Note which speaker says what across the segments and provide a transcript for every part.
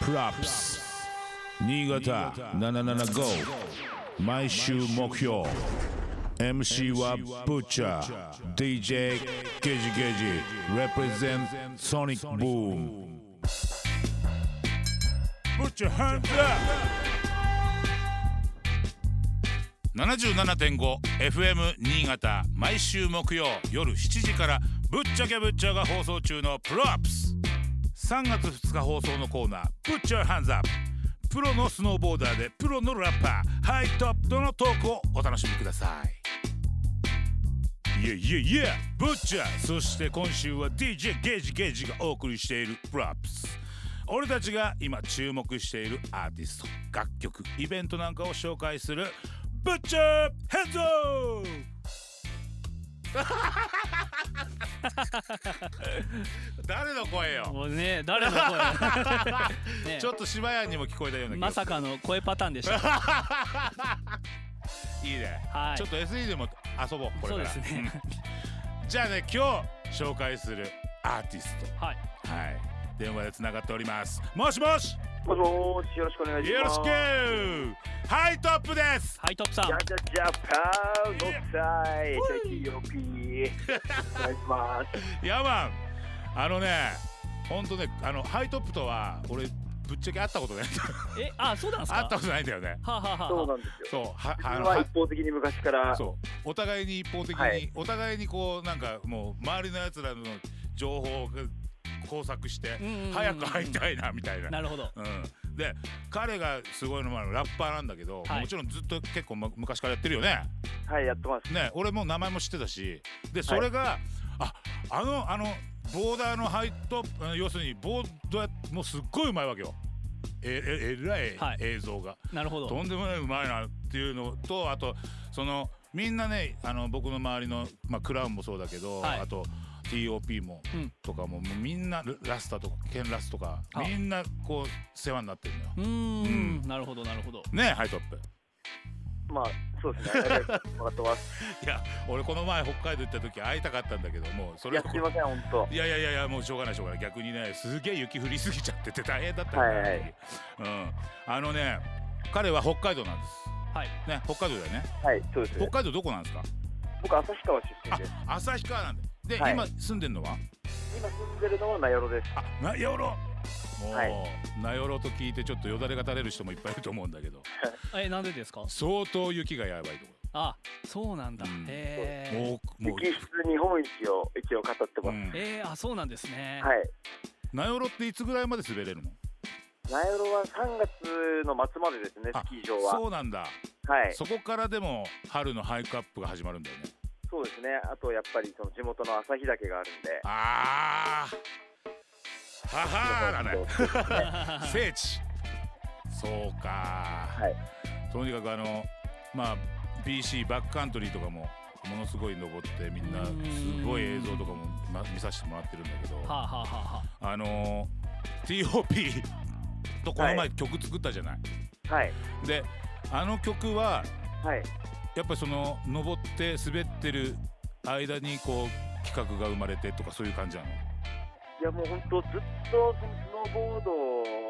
Speaker 1: プラップス新潟775毎週目標 MC はブッチャー DJ ゲジゲジ represent ソニックブーム Put your hands up!
Speaker 2: 77.5FM 新潟毎週木曜夜7時から「ぶっちゃけぶっちゃ」が放送中の「プロアップス」3月2日放送のコーナー「ぶっちゃハンズアップ」プロのスノーボーダーでプロのラッパーハイトップとのトークをお楽しみくださいいやいやいやぶっちゃそして今週は DJ ゲージゲージがお送りしている「プロアップス」俺たちが今注目しているアーティスト楽曲イベントなんかを紹介する「ブッチャーヘッド!」 誰の声よ
Speaker 3: もうね誰 の声ね
Speaker 2: ちょっと芝谷にも聞こえたような気が
Speaker 3: まさかの声パターンでした
Speaker 2: いいね、
Speaker 3: はい
Speaker 2: ちょっと SE でも遊ぼうこれ
Speaker 3: そう
Speaker 2: から
Speaker 3: ですね
Speaker 2: うん じゃあね今日紹介するアーティス
Speaker 3: はい
Speaker 2: トはい電話でつながっておりますもしもし
Speaker 4: もしもーし、よろしくお願いし
Speaker 2: よろ
Speaker 4: ま
Speaker 2: し
Speaker 4: す。
Speaker 2: くハイトップです
Speaker 3: ハイトップさん
Speaker 4: ジャジャジャパン、ノッサイ、ジャキヨピー。お願いし ます。
Speaker 2: ヤマンあのねほんとねあのハイトップとは俺ぶっちゃけ会ったことない
Speaker 3: えあそうなんですか
Speaker 2: 会ったことないんだよね
Speaker 3: はあはあはあ
Speaker 4: そうなんですよ。
Speaker 2: そうは
Speaker 4: 自
Speaker 2: あ
Speaker 4: 分
Speaker 2: の
Speaker 4: は
Speaker 2: は
Speaker 4: 一方的に昔から、そう
Speaker 2: そうお互いに一方的に、
Speaker 4: はい
Speaker 2: お互いにこうなんかもう周りのやつらの情報を工作して
Speaker 3: うんうんうん
Speaker 2: 早く会いたいなみたいな
Speaker 3: なるほど
Speaker 2: うん、で彼がすごいのはラッパーなんだけど、
Speaker 3: はい
Speaker 2: もちろんずっと結構む昔からやってるよね
Speaker 4: はい、やってます。
Speaker 2: ね俺も名前も知ってたしでそれが、ああのあのボーダーのハイトップあ要するにボードやもうすっごいうまいわけよえええらい
Speaker 3: はい
Speaker 2: 映像が、
Speaker 3: なるほど
Speaker 2: とんでもないうまいなっていうのとあとそのみんなねあの僕の周りの、まあ、クラウンもそうだけど、
Speaker 3: はい
Speaker 2: あと TOP も、
Speaker 3: うん
Speaker 2: とかももうみんなララスタとかケンラスとか
Speaker 3: あ
Speaker 2: みんなこう世話になってるのよ。
Speaker 3: うーん
Speaker 2: うん
Speaker 3: んなるほどなるほど
Speaker 2: ねえハイトップ。
Speaker 4: まあ、そうですね。ありがとうもらって ます。
Speaker 2: いや俺この前北海道行った時会いたかったんだけどもうそ
Speaker 4: い
Speaker 2: れ
Speaker 4: や、すいません、本当。
Speaker 2: いやいやいやいやもうしょうがないしょうがない逆にねすげえ雪降りすぎちゃってて大変だったんだ
Speaker 4: はいはい
Speaker 2: うん、あのね彼は北海道なんです。
Speaker 3: はい
Speaker 2: ね北海道だよね。
Speaker 4: はい、そうです
Speaker 2: 北
Speaker 4: ね。
Speaker 2: 海道どこなんですか。
Speaker 4: 僕、旭川出身です。
Speaker 2: あ旭川なんで。で、
Speaker 4: はい
Speaker 2: 今住んでんのは。
Speaker 4: 今住んでるのは名寄です。
Speaker 2: あ、なよろ。もう、
Speaker 4: はい
Speaker 2: なよろと聞いて、ちょっとよだれが垂れる人もいっぱいいると思うんだけど。
Speaker 3: えなんでですか
Speaker 2: 相当雪がやばいとこ
Speaker 3: あそうなんだ
Speaker 2: うん
Speaker 3: へ
Speaker 2: ろ。
Speaker 3: え
Speaker 2: もう、も
Speaker 4: 雪質日本一を一応語って
Speaker 2: う。う
Speaker 4: ます。
Speaker 2: ん、
Speaker 3: えーあそうなんですね
Speaker 4: はい。
Speaker 2: 名寄っていつぐらいまで滑れるの。
Speaker 4: 名寄は3月の末までですね、
Speaker 2: あ
Speaker 4: スキー場は。
Speaker 2: そうなんだ。
Speaker 4: はい。
Speaker 2: そこからでも、春のハイクアップが始まるんだよね。
Speaker 4: そうですね。あと、やっぱりその地元の旭岳があるんで。
Speaker 2: ああ。ははーだね。
Speaker 3: は
Speaker 2: 聖地。そうか。
Speaker 4: はい。
Speaker 2: とにかくあのまあ BC バックカントリーとかもものすごい登ってみんな
Speaker 3: う
Speaker 2: す
Speaker 3: ーん
Speaker 2: ごい映像とかも、ま、見させてもらってるんだけど
Speaker 3: あはあはあは
Speaker 2: あのー TOP とこの
Speaker 4: は
Speaker 2: 前曲作ったじゃない。
Speaker 4: はい。
Speaker 2: であの曲は
Speaker 4: はい。
Speaker 2: やっぱりその登って滑ってる間にこう企画が生まれてとかそういう感じなの。
Speaker 4: いやもう本当ずっとそのスノーボード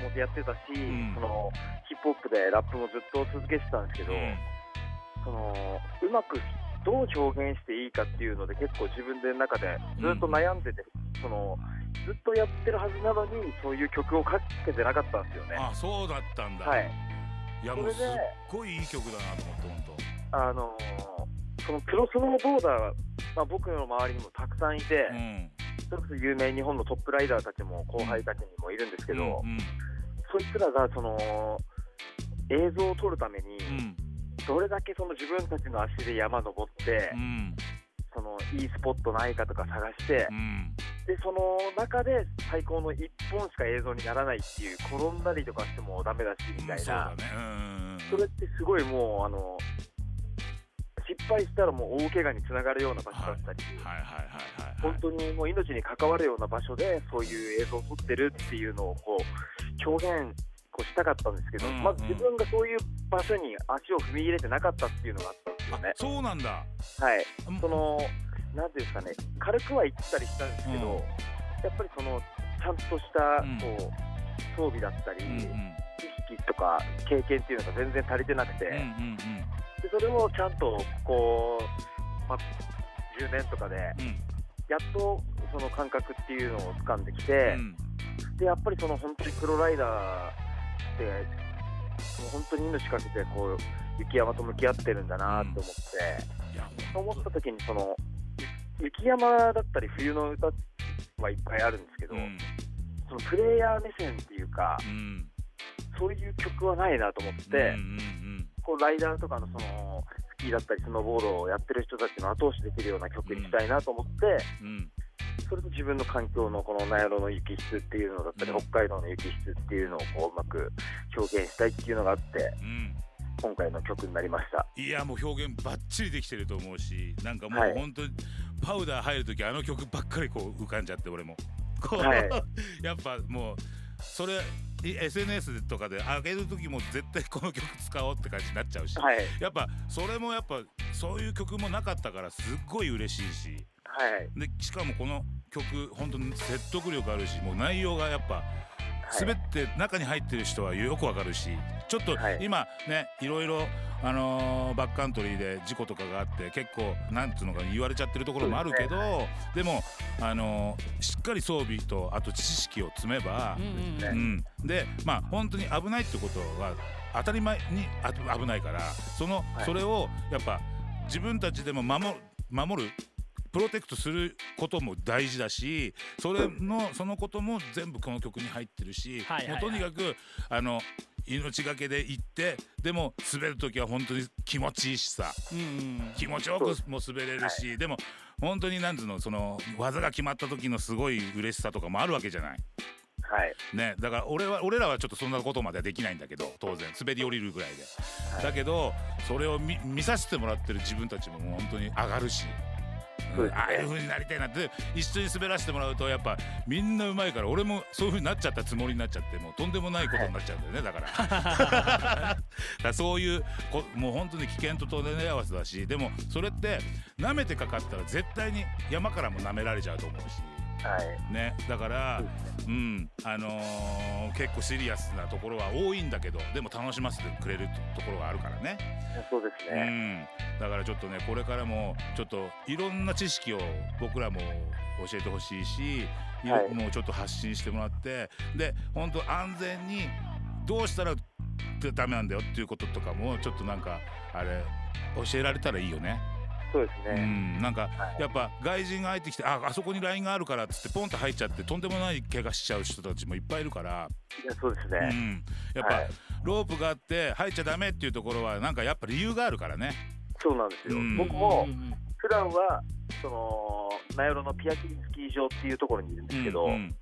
Speaker 4: もやってたし、
Speaker 2: ん
Speaker 4: そのヒップホップでラップもずっと続けてたんですけど、そのうまくどう表現していいかっていうので結構自分で中でずっと悩んでて、そのずっとやってるはずなのにそういう曲を書けてなかったんですよね。
Speaker 2: あそうだったんだ。
Speaker 4: はい、
Speaker 2: いや
Speaker 4: そ
Speaker 2: もう
Speaker 4: れ
Speaker 2: す
Speaker 4: で
Speaker 2: っごいいい曲だなと思って本当。
Speaker 4: あのーそのプロスノーボーダーが、まあ、僕の周りにもたくさんいて、
Speaker 2: うん。
Speaker 4: それこそ有名日本のトップライダーたちも後輩たちにもいるんですけど、
Speaker 2: うん
Speaker 4: そいつらがその映像を撮るために、
Speaker 2: うん
Speaker 4: どれだけその自分たちの足で山登って、
Speaker 2: うん
Speaker 4: そのいいスポットないかとか探して、
Speaker 2: うん。
Speaker 4: でその中で最高の1本しか映像にならないっていう転んだりとかしてもダメだしみたいな、
Speaker 2: うんそうだねうん
Speaker 4: それってすごいもうあの失敗したらもう大怪我につながるような場所だったり、
Speaker 2: はいはいはいはいはい
Speaker 4: 本当にもう命に関わるような場所でそういう映像を撮ってるっていうのをこう表現こうしたかったんですけど、
Speaker 2: うんうん
Speaker 4: まず自分がそういう場所に足を踏み入れてなかったっていうのがあったんですよね
Speaker 2: あ。そうなんだ
Speaker 4: はい、
Speaker 2: うん
Speaker 4: そのなんていうんですかね軽くは言ってたりしたんです
Speaker 2: う
Speaker 4: けど、
Speaker 2: ん
Speaker 4: やっぱりそのちゃんとした
Speaker 2: うん
Speaker 4: こう、装備だったり、
Speaker 2: うんうん
Speaker 4: 知識とか経験っていうのが全然足りてなくて、
Speaker 2: うんうん
Speaker 4: でそれをちゃんとここ、まあ、10年とかで
Speaker 2: うんう
Speaker 4: やっとその感覚っていうのを掴んでき
Speaker 2: ん
Speaker 4: て
Speaker 2: う、ん
Speaker 4: でやっぱりその本当にプロライダーってもう本当に命かけてこう雪山と向き合ってるんだなと思って、
Speaker 2: いや
Speaker 4: そう思った時にそのゆ雪山だったり冬の歌はいっぱいあるんですけど、
Speaker 2: うん
Speaker 4: そのプレイヤー目線っていうか
Speaker 2: うん
Speaker 4: そういう曲はないなと思って、
Speaker 2: うんうん
Speaker 4: こうライダーとかのそのスキーだったりスノーボードをやってる人たちの後押しできるような曲にしたいなと思って、
Speaker 2: うんうん
Speaker 4: それと自分の環境のこの納屋の雪質っていうのだったり、
Speaker 2: うん
Speaker 4: 北海道の雪質っていうのをこううまく表現したいっていうのがあって
Speaker 2: うん
Speaker 4: 今回の曲になりました
Speaker 2: いやもう表現ばっちりできてると思うしなんかも
Speaker 4: は
Speaker 2: う
Speaker 4: い
Speaker 2: 本当にパウダー入る時あの曲ばっかりこう浮かんじゃって俺もこう、
Speaker 4: はい
Speaker 2: やっぱもうそれい SNS とかで上げる時も絶対この曲使おうって感じになっちゃうし、
Speaker 4: はい
Speaker 2: やっぱそれもやっぱそういう曲もなかったからすっごい嬉しいし
Speaker 4: はい
Speaker 2: でしかもこの曲本当に説得力あるしもう内容がやっぱ
Speaker 4: は
Speaker 2: 滑っ
Speaker 4: い
Speaker 2: て中に入ってる人はよくわかるしちょっと
Speaker 4: はい
Speaker 2: 今ねいろいろあのーバックカントリーで事故とかがあって結構なんつうのか言われちゃってるところもあるけどでもあのーしっかり装備とあと知識を積めば
Speaker 3: うんうんうん
Speaker 2: うんでまあ本当に危ないってことは当たり前にあ危ないからその
Speaker 4: はい
Speaker 2: それをやっぱ自分たちでも守る守るプロテクトすることも大事だしそれのそのことも全部この曲に入ってるし
Speaker 3: はいはいはい
Speaker 2: もうとにかくあの命がけで行ってでも滑る時は本当に気持ちいいしさ
Speaker 3: うんうん
Speaker 2: 気持ちよくも滑れるし、でも本当になんつうのその技が決まった時のすごい嬉しさとかもあるわけじゃない。
Speaker 4: はい
Speaker 2: ね、だから俺は俺らはちょっとそんなことまではできないんだけど当然滑り降りるぐらいで、
Speaker 4: はい
Speaker 2: だけどそれを見見させてもらってる自分たちももう本当に上がるし、うん
Speaker 4: そうですね
Speaker 2: ああいう風になりたいなって一緒に滑らせてもらうとやっぱみんなうまいから俺もそういう風になっちゃったつもりになっちゃってもうとんでもないことになっちゃうんだよね、だからだからそういうこもう本当に危険と隣り合わせだしでもそれって舐めてかかったら絶対に山からも舐められちゃうと思うし。
Speaker 4: はい
Speaker 2: ね、だから
Speaker 4: そうで、
Speaker 2: うん、あのー結構シリアスなところは多いんだけど、でも楽しませてくれるところがあるからね。
Speaker 4: そうです
Speaker 2: う
Speaker 4: ね、
Speaker 2: ん、だからちょっとね、これからもちょっといろんな知識を僕らも教えてほしいし、いろ
Speaker 4: はい
Speaker 2: もうちょっと発信してもらって、で、本当安全にどうしたらダメなんだよっていうこととかもちょっとなんかあれ教えられたらいいよね。
Speaker 4: そうです
Speaker 2: う
Speaker 4: ね、
Speaker 2: ん、なんか
Speaker 4: はい
Speaker 2: やっぱ外人が入ってきてああそこにラインがあるからっつってポンと入っちゃってとんでもない怪我しちゃう人たちもいっぱいいるから、
Speaker 4: いやそうです
Speaker 2: う
Speaker 4: ね、
Speaker 2: ん、やっぱ、
Speaker 4: はい
Speaker 2: ロープがあって入っちゃダメっていうところはなんかやっぱ理由があるからね。
Speaker 4: そうなんですよ、
Speaker 2: うん
Speaker 4: 僕も
Speaker 3: うんうんうん
Speaker 4: 普段はその名寄のピアキリスキー場っていうところにいるんですけど、
Speaker 2: うんうん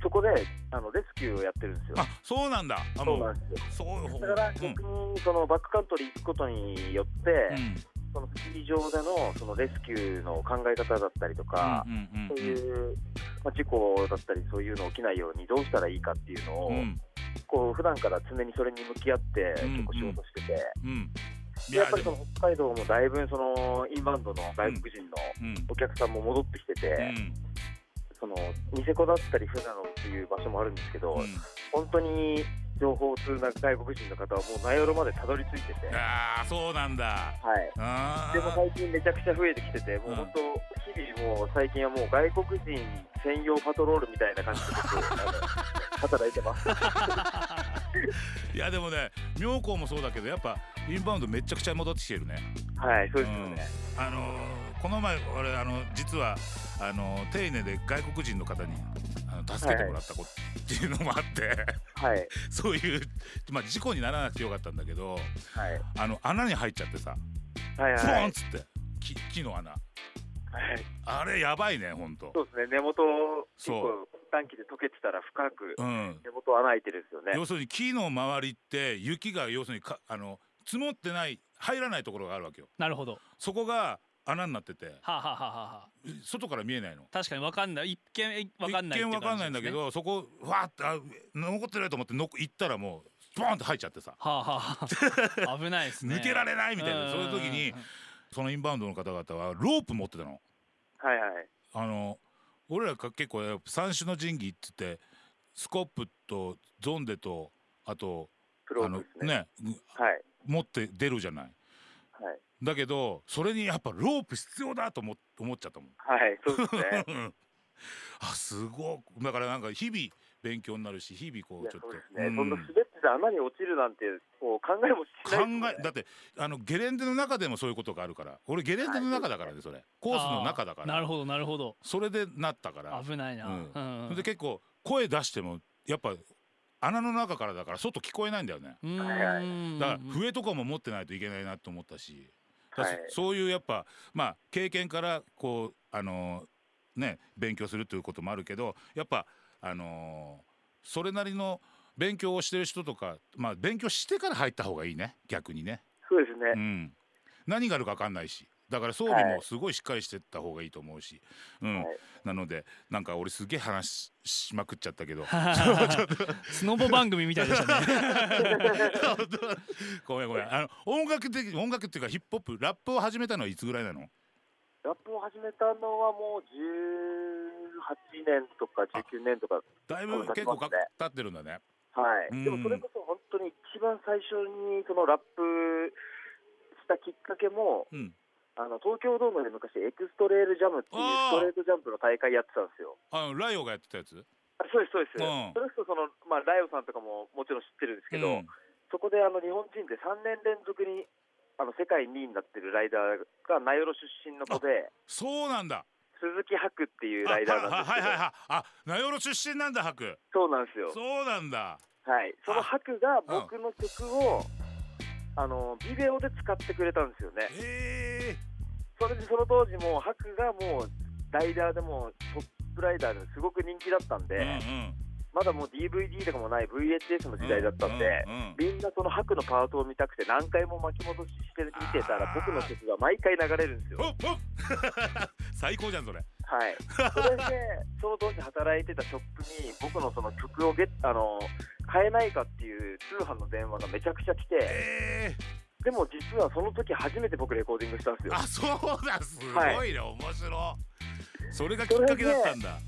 Speaker 4: そこであのレスキューをやってるんですよ
Speaker 2: あそうなんだ。あ
Speaker 4: そう
Speaker 2: う
Speaker 4: なんですよ
Speaker 2: そう
Speaker 4: だから
Speaker 2: うん
Speaker 4: 逆にそのバックカントリー行くことによって、そのスキー場でのそのレスキューの考え方だったりとか、
Speaker 2: うんうん
Speaker 4: そういう、まあ、事故だったりそういうの起きないようにどうしたらいいかっていうのを、
Speaker 2: うんうん
Speaker 4: こう普段から常にそれに向き合って
Speaker 2: うん
Speaker 4: 結構仕事してて、
Speaker 2: うんい
Speaker 4: でやっぱ
Speaker 2: で
Speaker 4: りそ
Speaker 2: も
Speaker 4: の北海道もだいぶそのインバウンドの外国人の
Speaker 2: うん
Speaker 4: お客さんも戻ってきてて、
Speaker 2: うん
Speaker 4: そのニセコだったり富良野っていう場所もあるんですけど、
Speaker 2: うん
Speaker 4: 本当に情報通な外国人の方はもう名寄までたどり着いてて。
Speaker 2: ああそうなんだ。
Speaker 4: はい
Speaker 2: あ
Speaker 4: でも
Speaker 2: ー
Speaker 4: 最近めちゃくちゃ増えてきてて、もう本当、日々もう最近はもう外国人専用パトロールみたいな感じで僕あの働い てます。
Speaker 2: いやでもね妙高もそうだけどやっぱインバウンドめちゃくちゃ戻ってきてるね。
Speaker 4: はい、そうですよね。
Speaker 2: あのーこの前俺あの実はあのー手稲で外国人の方にあの助けてもらったことっていうのもあって、
Speaker 4: はい、
Speaker 2: そういうまあ事故にならなくてよかったんだけど
Speaker 4: はい、
Speaker 2: あの穴に入っちゃってさ
Speaker 4: はい、
Speaker 2: ポ
Speaker 4: はい
Speaker 2: ーンっ。つって木木の穴
Speaker 4: はい
Speaker 2: あれやばいねほんと
Speaker 4: そうですね、根元、結
Speaker 2: そう
Speaker 4: 構短期で溶けてたら深く
Speaker 2: うん
Speaker 4: 根元穴開いてるんですよね。
Speaker 2: 要するに木の周りって雪が要するにかあの積もってない入らないところがあるわけよ
Speaker 3: なるほど
Speaker 2: そこが穴になってて
Speaker 3: はあ、はあはあはあはあ、
Speaker 2: 外から見えないの
Speaker 3: 確かにわかんない一見わかんない
Speaker 2: 一
Speaker 3: っ
Speaker 2: 見
Speaker 3: て
Speaker 2: わ
Speaker 3: 感じですね
Speaker 2: かんないんだけどそこわーってあ残ってると思っての行ったらもうスポーンって入っちゃってさ
Speaker 3: はあは あはあ危ないですね
Speaker 2: 抜けられないみたいなそういう時に
Speaker 3: んんん
Speaker 2: そのインバウンドの方々はロープ持ってたの。
Speaker 4: はい、はい、
Speaker 2: あの俺らが結構やっぱ三種の神器って言ってスコップとゾンデとあと
Speaker 4: プロ
Speaker 2: あ
Speaker 4: ーブ
Speaker 2: の
Speaker 4: ですね
Speaker 2: ねう
Speaker 4: はい
Speaker 2: 持って出るじゃない
Speaker 4: はい
Speaker 2: だけどそれにやっぱロープ必要だと思思っちゃったもん
Speaker 4: はいそうで すね
Speaker 2: うんあすごくだからなんか日々勉強になるし日々こ
Speaker 4: いうや
Speaker 2: ちょっ
Speaker 4: そうです
Speaker 2: と、
Speaker 4: ね、
Speaker 2: うん
Speaker 4: そんな滑ってた穴に落ちるなんてこう考えもし
Speaker 2: 考
Speaker 4: ない
Speaker 2: え
Speaker 4: ですね
Speaker 2: だってあのゲレンデの中でもそういうことがあるから俺ゲレンデの中だからねそれコースの中だか
Speaker 3: あーなる
Speaker 2: ら
Speaker 3: ほどなるほど
Speaker 2: それでなったから
Speaker 3: 危ないな、
Speaker 2: う
Speaker 3: うんんうん、
Speaker 2: で結構声出してもやっぱ穴の中からだから外聞こえないんだよね
Speaker 3: うーん
Speaker 4: はいはい
Speaker 2: だから笛とかも持ってないといけないなと思ったしだから
Speaker 4: はい
Speaker 2: そそういうやっぱまあ経験からこうあのーね勉強するということもあるけどやっぱあのーそれなりの勉強をしてる人とかまあ勉強してから入った方がいいね逆にね、
Speaker 4: そうです
Speaker 2: う
Speaker 4: ね、
Speaker 2: ん、何があるか分かんないしだから装備
Speaker 4: は
Speaker 2: も
Speaker 4: い
Speaker 2: すごいしっかりしてった方がいいと思うし、うん
Speaker 4: はい
Speaker 2: なのでなんか俺すげえ話ししまくっちゃったけど
Speaker 3: スノボ番組みたいでしたね
Speaker 2: ごめんごめんあの音楽的音楽っていうかヒップホップラップを始めたのはいつぐらいなの
Speaker 4: ラップを始めたのはもう18年とか19年とか
Speaker 2: だいぶ結構か経ってるんだね。
Speaker 4: はい、
Speaker 2: うん
Speaker 4: でもそれこそ本当に一番最初にそのラップしたきっかけも
Speaker 2: うん。
Speaker 4: あの東京ドームで昔エクストレールジャムっていう
Speaker 2: あー
Speaker 4: ストレートジャンプの大会やってたんですよ
Speaker 2: あのライオがやってたやつ。
Speaker 4: あそうですそうです、
Speaker 2: うん
Speaker 4: それこそその、まあ、ライオさんとかももちろん知ってるんですけど、
Speaker 2: うん
Speaker 4: そこであの日本人で3年連続にあの世界2位になってるライダーが名寄出身の子で
Speaker 2: そうなんだ。
Speaker 4: 鈴木博っていう
Speaker 2: あは
Speaker 4: ライダーなんです
Speaker 2: はい
Speaker 4: け
Speaker 2: はい
Speaker 4: ど
Speaker 2: はい。あ、名寄出身なんだ博。
Speaker 4: そうなんですよ
Speaker 2: そうなんだ。
Speaker 4: はい、その白が僕の曲を、あのビデオで使ってくれたんですよね
Speaker 2: え
Speaker 4: それでその当時もう白がもうライダーでもトップライダーですごく人気だったんで、
Speaker 2: えうんうん。
Speaker 4: まだもう DVD とかもない VHS の時代だったんで、
Speaker 2: うんうんうん
Speaker 4: みんなその白のパートを見たくて何回も巻き戻しして見てたら僕の曲が毎回流れるんですよ
Speaker 2: ほっほっ最高じゃんそれ。
Speaker 4: はい、それでその当時働いてたショップに僕のその曲をゲッあの買えないかっていう通販の電話がめちゃくちゃ来て、
Speaker 2: ええ
Speaker 4: でも実はその時初めて僕レコーディングしたんですよ。
Speaker 2: あ、
Speaker 4: は
Speaker 2: そうだ。すごいね。面白。それがきっかけだったんだ。
Speaker 4: い。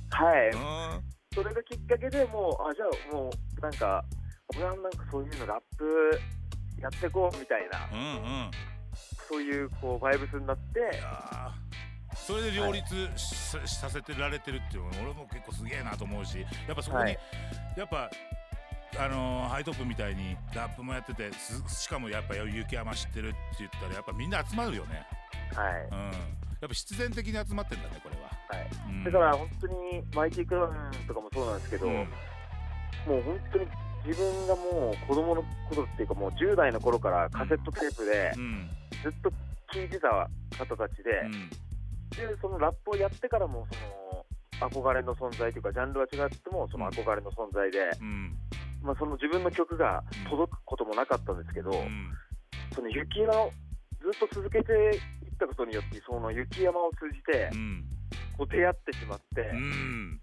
Speaker 2: うん。
Speaker 4: それがきっかけでもう、あ、じゃあもう、なんか、俺はなんかそういうのラップやってこうみたい
Speaker 2: う
Speaker 4: な、
Speaker 2: んうん。
Speaker 4: そういうこう、バイブスになって、
Speaker 2: あーそれで両立さ,、させてられてるっていうの俺も結構すげえなと思うしやっぱそこに、
Speaker 4: はい
Speaker 2: やっぱあのーハイトップみたいにラップもやっててすしかもやっぱ雪山知ってるって言ったらやっぱみんな集まるよね、
Speaker 4: はい
Speaker 2: うん、やっぱ必然的に集まってんだねこれは、。
Speaker 4: はい。
Speaker 2: うん
Speaker 4: だから本当に、マイティクラウンとかもそうなんですけど、
Speaker 2: うん
Speaker 4: もう本当に自分がもう子供の頃っていうかもう10代の頃からカセットテープで
Speaker 2: うん
Speaker 4: ずっと聴いてた方たちで、
Speaker 2: うん
Speaker 4: でそのラップをやってからもその憧れの存在というかジャンルは違ってもその憧れの存在で、
Speaker 2: うん
Speaker 4: まあ、その自分の曲が届くこともなかったんですけど、
Speaker 2: うん
Speaker 4: その雪山をずっと続けていったことによってその雪山を通じて
Speaker 2: うん
Speaker 4: こう出会ってしまって、
Speaker 2: うん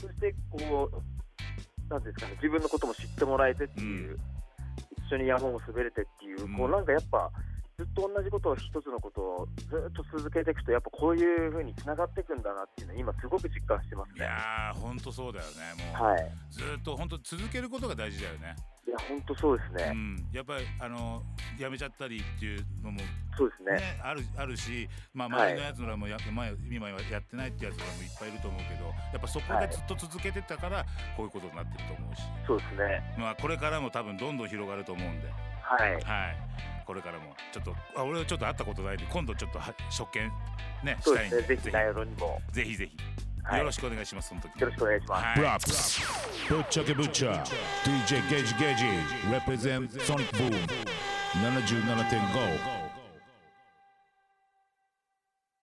Speaker 4: そしてこうなんていうんですかね自分のことも知ってもらえてっていう、一緒に山も滑れてっていう、こ
Speaker 2: う
Speaker 4: うんなんかやっぱずっと同じことを一つのことをずっと続けていくとやっぱこういう風に繋がっていくんだなっていうのを今すごく実感してます
Speaker 2: い
Speaker 4: ね。
Speaker 2: やーほんとそうだよねもう、
Speaker 4: はい、
Speaker 2: ずーっとほんと続けることが大事だよね
Speaker 4: いや本当そうです
Speaker 2: う
Speaker 4: ね、
Speaker 2: ん、やっぱりあのやめちゃったりっていうのも、ね
Speaker 4: そうですね
Speaker 2: あるあるし、まあ、
Speaker 4: は
Speaker 2: 周
Speaker 4: い
Speaker 2: りのやつらもや、前今やってないってやつらもいっぱいいると思うけどやっぱそこでずっと続けてたからこういうことになってると思うし、
Speaker 4: そうですね
Speaker 2: まあ、これからも多分どんどん広がると思うんで、
Speaker 4: はい
Speaker 2: はい、これからもちょっとあ俺ちょっと会ったことないんで今度ちょっとは初見、ね、
Speaker 4: そ
Speaker 2: し
Speaker 4: う
Speaker 2: た
Speaker 4: で
Speaker 2: いん
Speaker 4: す
Speaker 2: で
Speaker 4: ねぜひ内容にも
Speaker 2: ぜひぜひ、
Speaker 4: はい
Speaker 2: よろ
Speaker 4: よ
Speaker 2: しくお願いしますその時
Speaker 4: ろしくお願いします、
Speaker 2: はい
Speaker 1: Props. Butcher ke Butcher. DJ Gage Gage. Represent Sonic Boom. 77.5.